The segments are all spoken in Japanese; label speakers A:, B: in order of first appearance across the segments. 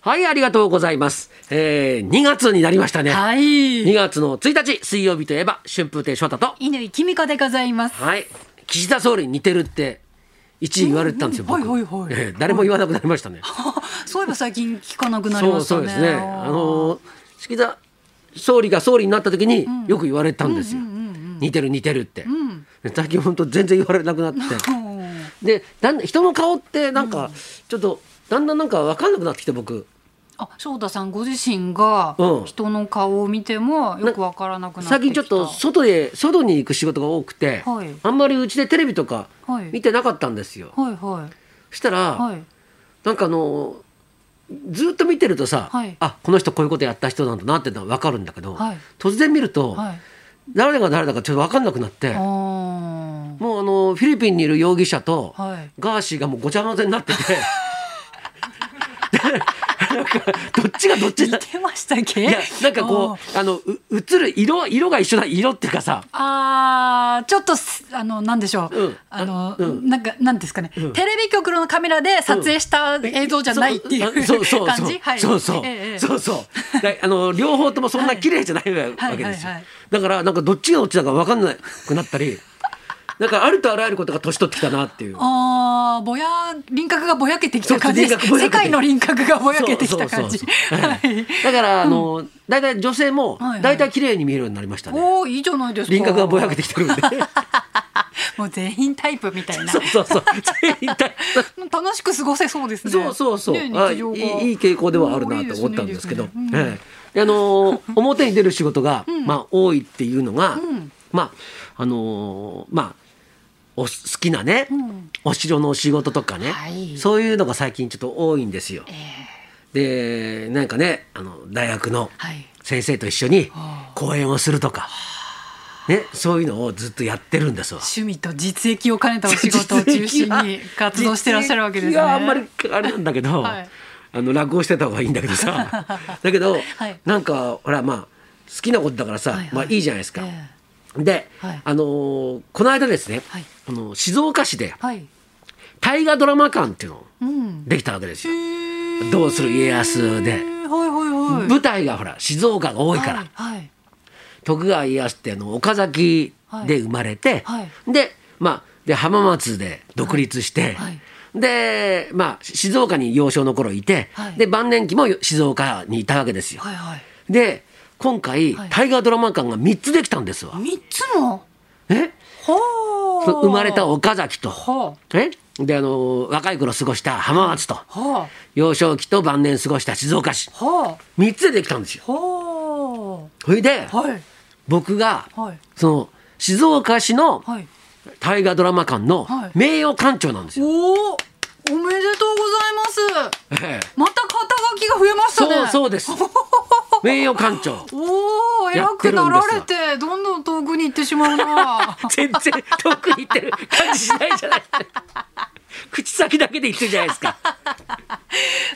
A: はいありがとうございます、えー、2月になりましたね、
B: はい
A: 2月の1日水曜日といえば春風亭昇太と
B: 乾きみこでございます。
A: はい岸田総理に似てるって一時言われてたんですよ、
B: うんうん
A: 僕
B: はいはいはい
A: えー誰も言わなくなりましたね、
B: そういえば最近聞かなくなり
A: そ
B: ま
A: う
B: した
A: そう
B: ね。
A: ですねあのー岸田総理が総理になった時によく言われたんですよ、似てる似てるって、最近本当全然言われなくなって
B: うん
A: でだんだん人の顔ってなんかちょっとだんだんなんか分かんなくなってきて僕
B: あ、翔太さんご自身が
A: うん
B: 人の顔を見てもよくわからなくなってきた。
A: 最近ちょっと外へ外に行く仕事が多くて、
B: はい
A: あんまりうちでテレビとか
B: はい
A: 見てなかったんですよ、
B: はいは
A: そしたら、
B: いはい。
A: なんかあのずっと見てるとさ、
B: はい
A: あこの人こういうことやった人なんだなってのは分かるんだけど、
B: はい
A: 突然見ると、
B: はい。
A: 誰が誰だかちょっと分かんなくなって
B: あー
A: もうあのフィリピンにいる容疑者と、
B: はい
A: ガーシーがもうごちゃ混ぜになって てなんかどっちがどっち
B: 似
A: だ
B: てましたっけ？
A: いやなんかこうあのう映る色色が一緒だ色っていうかさ
B: あーちょっとすあのなんでしょう、
A: うん
B: あの、
A: うん
B: なんかなんですかね、
A: ん
B: テレビ局のカメラで撮影した映像じゃないっていう、
A: そうそう
B: 感
A: そう
B: じ、はい、
A: そうそう、
B: ええええ
A: そうそうだあの両方ともそんな綺麗じゃないわ
B: はい
A: けですよ
B: はいはい
A: だからなんかどっちがどっちだか分かんなくなったり なんかあるとあらゆることが年取ってきたなっていう
B: あーぼや輪郭がぼやけてきた感じです
A: そうそう輪郭ぼや
B: 世
A: けて
B: 界の輪郭がぼやけてきた感じ
A: そうそうそう
B: は
A: はい
B: い
A: だからあの大体女性も
B: はいはい
A: 大体綺麗に見えるようになりましたね
B: おおいいじゃないですか
A: 輪郭がぼやけてきてるんで
B: もう全員タイプみたいな
A: そうそうそう全体
B: 楽しく過ごせそうですね
A: そうそうそう、
B: ね
A: あいい
B: 日常が
A: いい傾向ではあるなと思ったんですけどええであのー 表に出る仕事が、まあ、多いっていうのが、まああのーまあお好きなね、
B: ん
A: お城のお仕事とかね、
B: はい
A: そういうのが最近ちょっと多いんですよ。で
B: え
A: なんかねあの大学の
B: はい
A: 先生と一緒に
B: あ
A: 講演をするとか、ね、そういうのをずっとやってるんですわ。
B: 趣味と実益を兼ねたお仕事を中心に活動してらっしゃるわけですね。
A: 実績はあんまりあれなんだけど、
B: はい
A: あの落語してた方がいいんだけどさ だけど、
B: はい
A: なんかほらまあ好きなことだからさ、
B: はいはい
A: まあいいじゃないですか。
B: え
A: で、
B: はい
A: あのーこの間ですね、
B: はい
A: あの静岡市で
B: はい。
A: 大河ドラマ館っていうのを
B: うん。
A: できたわけですよ。
B: へー
A: どうする家康で
B: はいはいはい。
A: 舞台がほら静岡が多いから、
B: はいはい。
A: 徳川家康ってあの岡崎で生まれて、
B: はいは
A: でまあで浜松で独立して、
B: はい
A: でまあ静岡に幼少の頃いて、
B: はい
A: で晩年期も静岡にいたわけですよ。
B: はいはい。
A: で今回、
B: はい
A: 大河ドラマ館が3つできたんですわ。
B: 三つも。
A: え
B: ほう。
A: その生まれた。岡崎と、
B: ほ
A: えであの若い頃過ごした浜松と
B: う。ほう。
A: 幼少期と晩年過ごした静岡市
B: ほう。
A: 3つでできたんですよ。
B: ほ
A: それで
B: う。はい。
A: 僕が
B: はい。
A: その静岡市の、
B: はい。
A: 大河ドラマ館の
B: はい
A: 名誉館長なんですよ。
B: おお。おめでとうございます。
A: ええ
B: また肩書きが増えましたね。
A: そうそう です。名誉館長。
B: おお、偉くなられて、どんどん遠くに行ってしまう な。
A: 全然遠くに行ってる感じしないじゃない。口先だけで言ってるじゃないですか。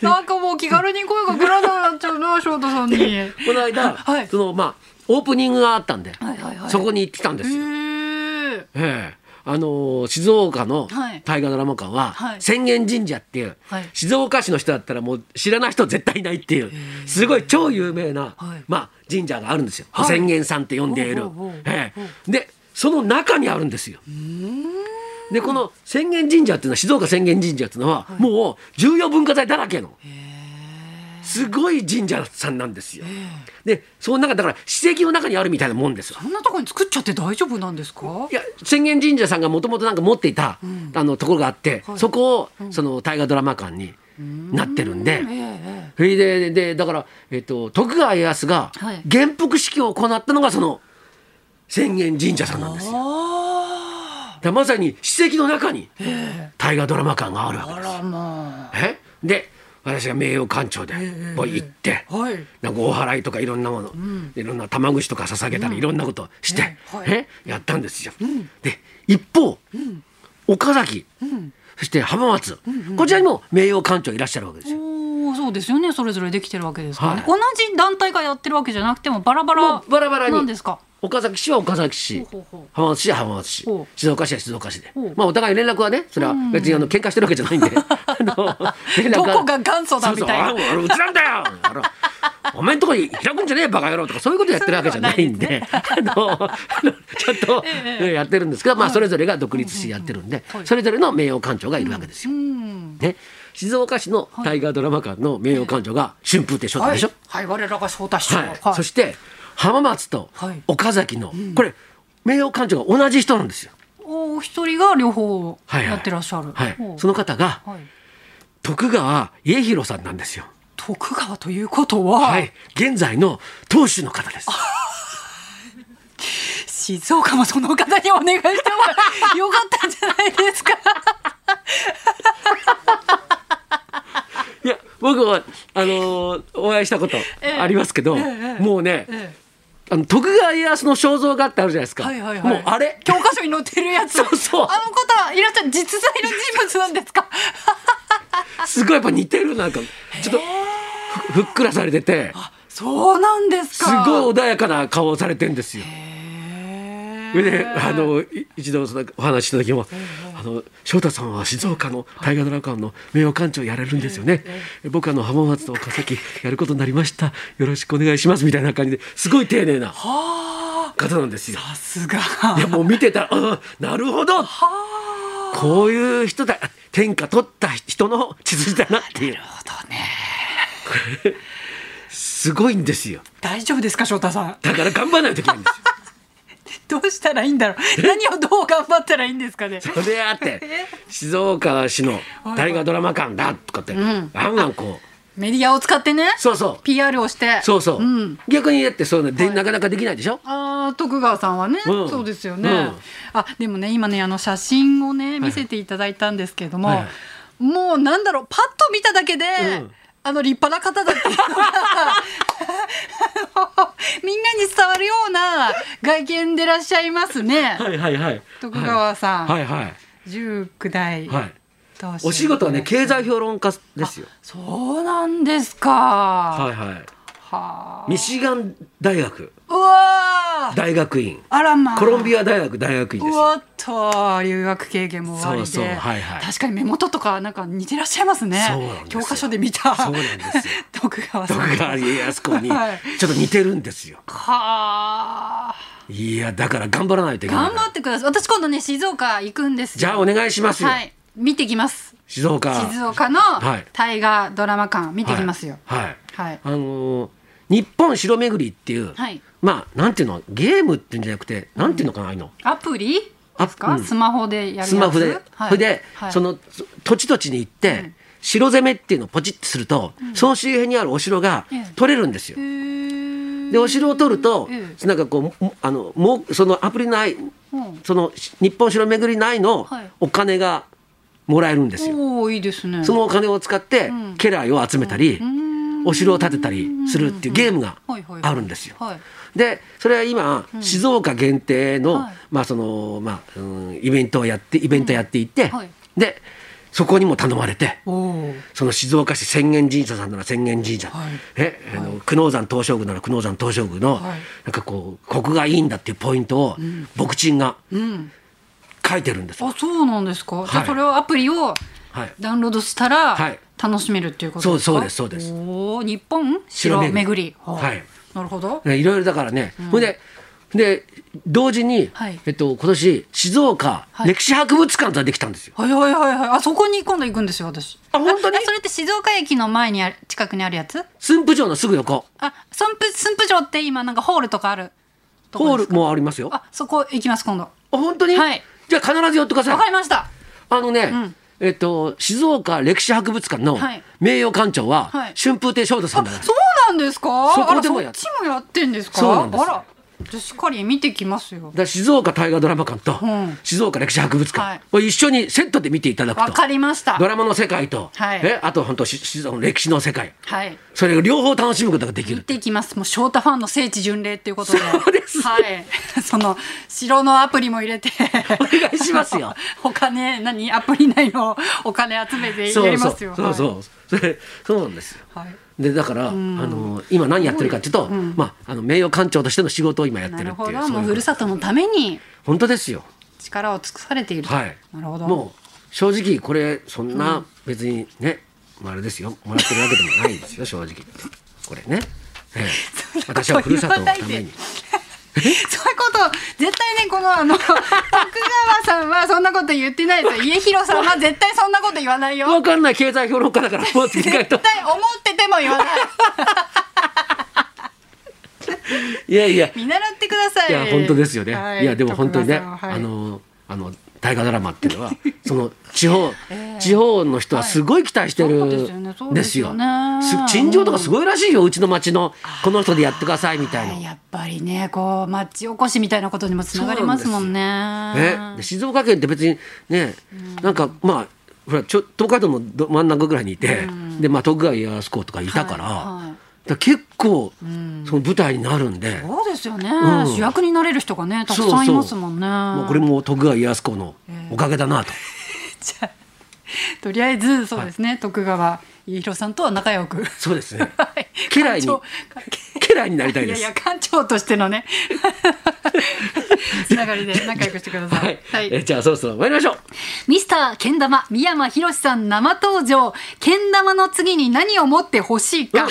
B: なんかもう気軽に声がグラグラになっちゃうな、翔太 さんに。へ
A: この間、
B: はい
A: そのまあオープニングがあったんで、
B: はいはいはい
A: そこに行ってきたんですよ。
B: え。
A: ええあのー静岡の
B: はい
A: 大河ドラマ館は、
B: はい
A: 浅間神社っていう、
B: はい
A: 静岡市の人だったらもう知らない人絶対いないっていうすごい超有名な、
B: はい
A: まあ、神社があるんですよ、
B: はい
A: 浅間さんって呼んでいる
B: ほうほうほう。
A: ええでその中にあるんですよ。でこの浅間神社っていうのは静岡浅間神社っていうのは、もう重要文化財だらけのすごい神社さんなんですよ。でその中だから史跡の中にあるみたいなもんですわ
B: こんなとこに作っちゃって大丈夫なんですか
A: い。や浅間神社さんがもともとなんか持っていた、あのところがあって、
B: はい
A: そこを、その大河ドラマ館になってるんで。
B: ええ。
A: それでででだから、えっと徳川家康が
B: はい
A: 元服式を行ったのがその浅間神社さんなんですよ。
B: あ
A: だからまさに史跡の中に
B: あ。ええ。
A: 大河ドラマ館があるわ
B: あ
A: け
B: らま
A: です。えで私が名誉館長でこう行って。
B: あ。はい。
A: なんかお祓いとかいろんなもの、いろんな玉串とか捧げたりいろんなことして、
B: ねはい
A: ねやったんですよ。で一方、岡崎、そして浜松、こちらにも名誉館長いらっしゃるわけですよ。
B: おお、そうですよね。それぞれできてるわけですからね
A: はい
B: 同じ団体がやってるわけじゃなくても、バラバ
A: も
B: ラ。
A: うバラバラに
B: なんですか。
A: 岡崎市は岡崎市
B: ほうほうほう
A: 浜松市は浜松市
B: ほう
A: 静岡市は静岡市で
B: ほう
A: まあお互い連絡はねそれは別にあの喧嘩してるわけじゃないんでのでな
B: ど
A: んか
B: こが元祖だみたいな
A: そうそうあのうちなんだよあのお前んとこ開くんじゃねえバカ野郎とかそういうことやってるわけじゃないんであのあのちゃんとねやってるんですけど、まあ、それぞれが独立してやってるんで、
B: はい
A: それぞれの名誉館長がいるわけですよ。
B: うん
A: ね、静岡市の大河ドラマ館の名誉館長が春風亭昇太
B: は
A: で
B: い
A: しょ、
B: はい我らが翔太師匠
A: はいそして浜松と
B: はい
A: 岡崎の、これ名誉館長が同じ人なんですよ。
B: おお一人が両方
A: はいはい
B: やってらっしゃる
A: はい
B: お、う
A: その方が
B: はい
A: 徳川家広さんなんですよ。
B: 徳川ということは、
A: はい、現在の当主の方です。
B: 静岡もその方にお願いした方がよかったんじゃないで すか。
A: いや僕はあのーお会いしたことありますけど、
B: ええええ
A: もうね、
B: え
A: あの徳川家康の肖像画ってあるじゃないですか、
B: はいはいはい。
A: もうあれ
B: 教科書に載ってるやつ。
A: そうそう
B: あの方いらっしゃる実在の人物なんですか。
A: すごいやっぱ似てるなんかちょっとふふっくらされてて
B: そうなんです
A: す
B: か。
A: ごい穏やかな顔をされてんですよ。
B: へ
A: そ
B: ー
A: れであのい一度そのお話しした時もあの翔太さんは静岡の大河ドラマ館の名誉館長やられるんですよね、僕あの浜松と岡崎やることになりましたよろしくお願いしますみたいな感じですごい丁寧な
B: は
A: 方なんですよ。
B: あ。さすが。
A: いやもう見てたら、うん、なるほど
B: はあ。
A: こういう人だ天下取った人の血筋だなっていう
B: なるほどね。
A: すごいんですよ
B: 大丈夫ですか翔太さん。
A: だから頑張らないといけないんです
B: どうしたらいいんだろう。何をどう頑張ったらいいんですか ね。
A: よそれあって静岡市の大河ドラマ館だとかってガンガンこう
B: メディアを使ってね。
A: そうそう
B: PR をして。
A: そうそう、
B: うん。
A: 逆にだってそういうので、なかなかできないでしょ
B: あー徳川さんはね、
A: うん
B: そうですよね、
A: うん
B: あでもね今ねあの写真をね見せていただいたんですけれども、
A: はいは
B: もうなんだろうパッと見ただけで、
A: ん
B: あの立派な方だっていうのが あのみんなに伝わるような外見でいらっしゃいますね
A: はいはいはい
B: 徳川さん
A: はいはい
B: 十九代、
A: はい、はい、
B: 当主
A: お仕事はね経済評論家ですよ
B: そうなんですか、
A: は
B: はい
A: はい
B: あ
A: ミシガン大学
B: うわー
A: 大学院
B: あらまあ
A: コロンビア大学大学院ですよ
B: おっと留学経験も終わりで
A: そうそうはいはい
B: 確かに目元とかなんか似てらっしゃいますね
A: そうなんですよ
B: 教科書で見た
A: そうなんですよ
B: 徳川さん
A: 徳川家康公に
B: はい
A: ちょっと似てるんですよ。
B: はあ
A: いやだから頑張らないといけない
B: 頑。張ってください私今度ね静岡行くんですよ
A: じゃあお願いしますよ。
B: はい見てきます
A: 静岡。
B: 静岡の
A: はい
B: 大河ドラマ館見てきますよ
A: はい。はい
B: はい
A: あのー日本城巡りっていう、
B: はい
A: まあなんていうのゲームっていうんじゃなくてなんていうのかな、ああいうの
B: アプリです
A: あ
B: か
A: うん
B: スマホでやるやつ
A: スマホで、
B: はい
A: それで、
B: はい
A: そのそ土地土地に行って、
B: ん
A: 城攻めっていうのをポチってすると、その周辺にあるお城が
B: ええ
A: 取れるんですよ
B: へ。ー
A: でお城を取ると、
B: ええ
A: なんかこうもあのもうそのアプリ内、
B: うん
A: そのし日本城巡り内の
B: はい
A: お金がもらえるんですよ。
B: おおいいですね
A: そのお金を使って、
B: ん
A: 家来を集めたり、
B: うん
A: お城を建てたりするっていうゲームが
B: はいはいはい
A: あるんですよ。
B: はい
A: でそれは今、静岡限定の、
B: はい
A: まあそのまあ、うんイベントをやってイベントやっていて、
B: はい
A: でそこにも頼まれて。
B: おお
A: その静岡市浅間神社さんなら浅間神社、
B: はい
A: えあの久能山東照宮なら久能山東照宮の、
B: はい
A: なんかこうここがいいんだっていうポイントを、牧鎮が
B: うん
A: 書いてるんですよ
B: あそうなんですか、じ
A: は
B: ゃあ
A: い
B: それをアプリを
A: はい
B: ダウンロードしたら
A: はい
B: 楽しめるっていうことですか、
A: そうですそうですそう
B: おー日本
A: 城
B: 城
A: 巡り
B: 巡り
A: はい
B: なるほど
A: ねいろいろだからね、ほんでで同時に、
B: はい
A: えっと、今年静岡
B: はい
A: 歴史博物館ができたんですよ。
B: はいはいはいはいあそこに今度行くんですよ私
A: あ本 当に
B: あそれって静岡駅の前にある近くにあるやつ
A: 駿府城のすぐ横
B: あ駿府駿府城って今なんかホールとかあると
A: ホ
B: こで
A: ー
B: す
A: ル
B: か
A: もありますよ。あ
B: あそこ行きます今度
A: 本当に、
B: はい
A: じゃあ必ず寄ってくださ
B: わか
A: い。
B: りました
A: あのね、
B: ん
A: えっと、静岡歴史博物館の
B: はい
A: 名誉館長は、
B: はい
A: 春風亭昇太さ
B: あ
A: んだから
B: そうなんですか
A: そ
B: あ
A: こ
B: ら
A: でも
B: そ
A: や
B: っ
A: っ
B: ちもやってんですか
A: そうなんです
B: あらじゃあしっかり見てきますよ
A: だから静岡大河ドラマ館と
B: うん
A: 静岡歴史博物
B: はい
A: 館を一緒にセットで見ていただ
B: わ
A: くと、
B: かりました
A: ドラマの世界と、
B: はい
A: えあと本当し静岡の歴史の世界
B: はい
A: それを両方楽しむことができ
B: 行っ
A: る
B: ていきますもう翔太ファンの聖地巡礼っていうことで
A: そうです
B: はい、 その城のアプリも入れて
A: お願いしますよ
B: お金何アプリ内のお金集めて
A: そう
B: やり
A: そう
B: ますよ
A: そうそうそれそうなんですよ
B: はいはい
A: でだから、あの今何やってるかっていうと、まあ、あの名誉館長としての仕事を今やって
B: な
A: る
B: る
A: ってい
B: ほ
A: う
B: ど
A: そう
B: もう
A: いう
B: ふるさとのために
A: 本当ですよ
B: 力を尽くされていると
A: はい
B: なるほど
A: もう正直これそんな別にね、まあ、あれですよもらってるわけでもない ですよ正直言ってこれね、ええ私はふるさとのために
B: そういうこと絶対ねこの あの徳川さんはそんなこと言ってないですよ家広さんは絶対そんなこと言わないよ
A: 分かんない経済評論家だからもう次
B: 絶
A: 回
B: 対
A: と
B: 思ってても言わない
A: いやいや
B: 見習ってください
A: いや本当ですよね、、
B: はい
A: やでも本当にね、
B: 徳川さんは
A: あ
B: はい
A: のあの大河ドラマって いうのはその地方、地方の人はすごい期待してる
B: はい
A: ん
B: そう
A: で
B: ですす
A: よ
B: よねそうですよね
A: す陳情とかすごいらしいようちの町のこの人でやってくださいみたいな。
B: やっぱりねこう町おこしみたいなことにもつながりますもんね
A: ね、で静岡県って別にね、なんかまあほらちょ東海道のど真ん中ぐらいにいて、でまあ徳川家康公とかいたから,、
B: はいはい
A: だから結構、その舞台になるんで、
B: そうですよね、
A: ん
B: 主役になれる人がねたく
A: そう
B: さんい
A: そう
B: ますもんね
A: まあ、これも徳川家康公のおかげだなと、
B: じゃあとりあえずそうですね、徳川家広さんとは仲良く
A: そうですね
B: はい
A: 家来 に
B: 官
A: 家来になりた
B: 庁
A: いで
B: いや
A: す
B: いや館長としてのね つながりで仲良くしてくださ
A: はいい、、えじゃあそろそろ参りましょう
B: ミスターけん玉三山ひろしさん生登場けん玉の次に何を持ってほしいか、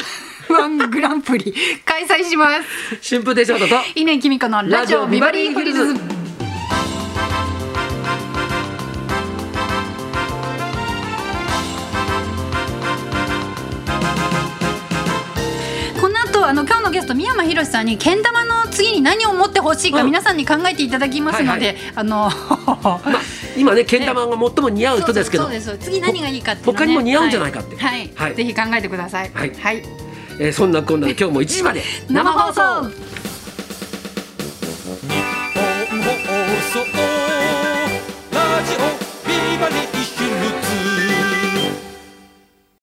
B: ワングランプリ開催します
A: 春風亭昇太と
B: 稲井君子のラジオビバリーヒルズこの後あの今日のゲスト三山ひろしさんにけん玉の次に何を持ってほしいか、
A: うん
B: 皆さんに考えていただきますの
A: は
B: で、
A: いはい
B: あの、
A: 今ねけん玉が最も似合う人ですけど、
B: そうそうそうです次何がいいかっていうのね
A: 他にも似合うんじゃないかって
B: はい、はい
A: はい
B: ぜひ考えてください
A: はい
B: はい、
A: えーそんなこんなで今日も1時まで
B: 生放送
C: 日本放送ラジオビバリー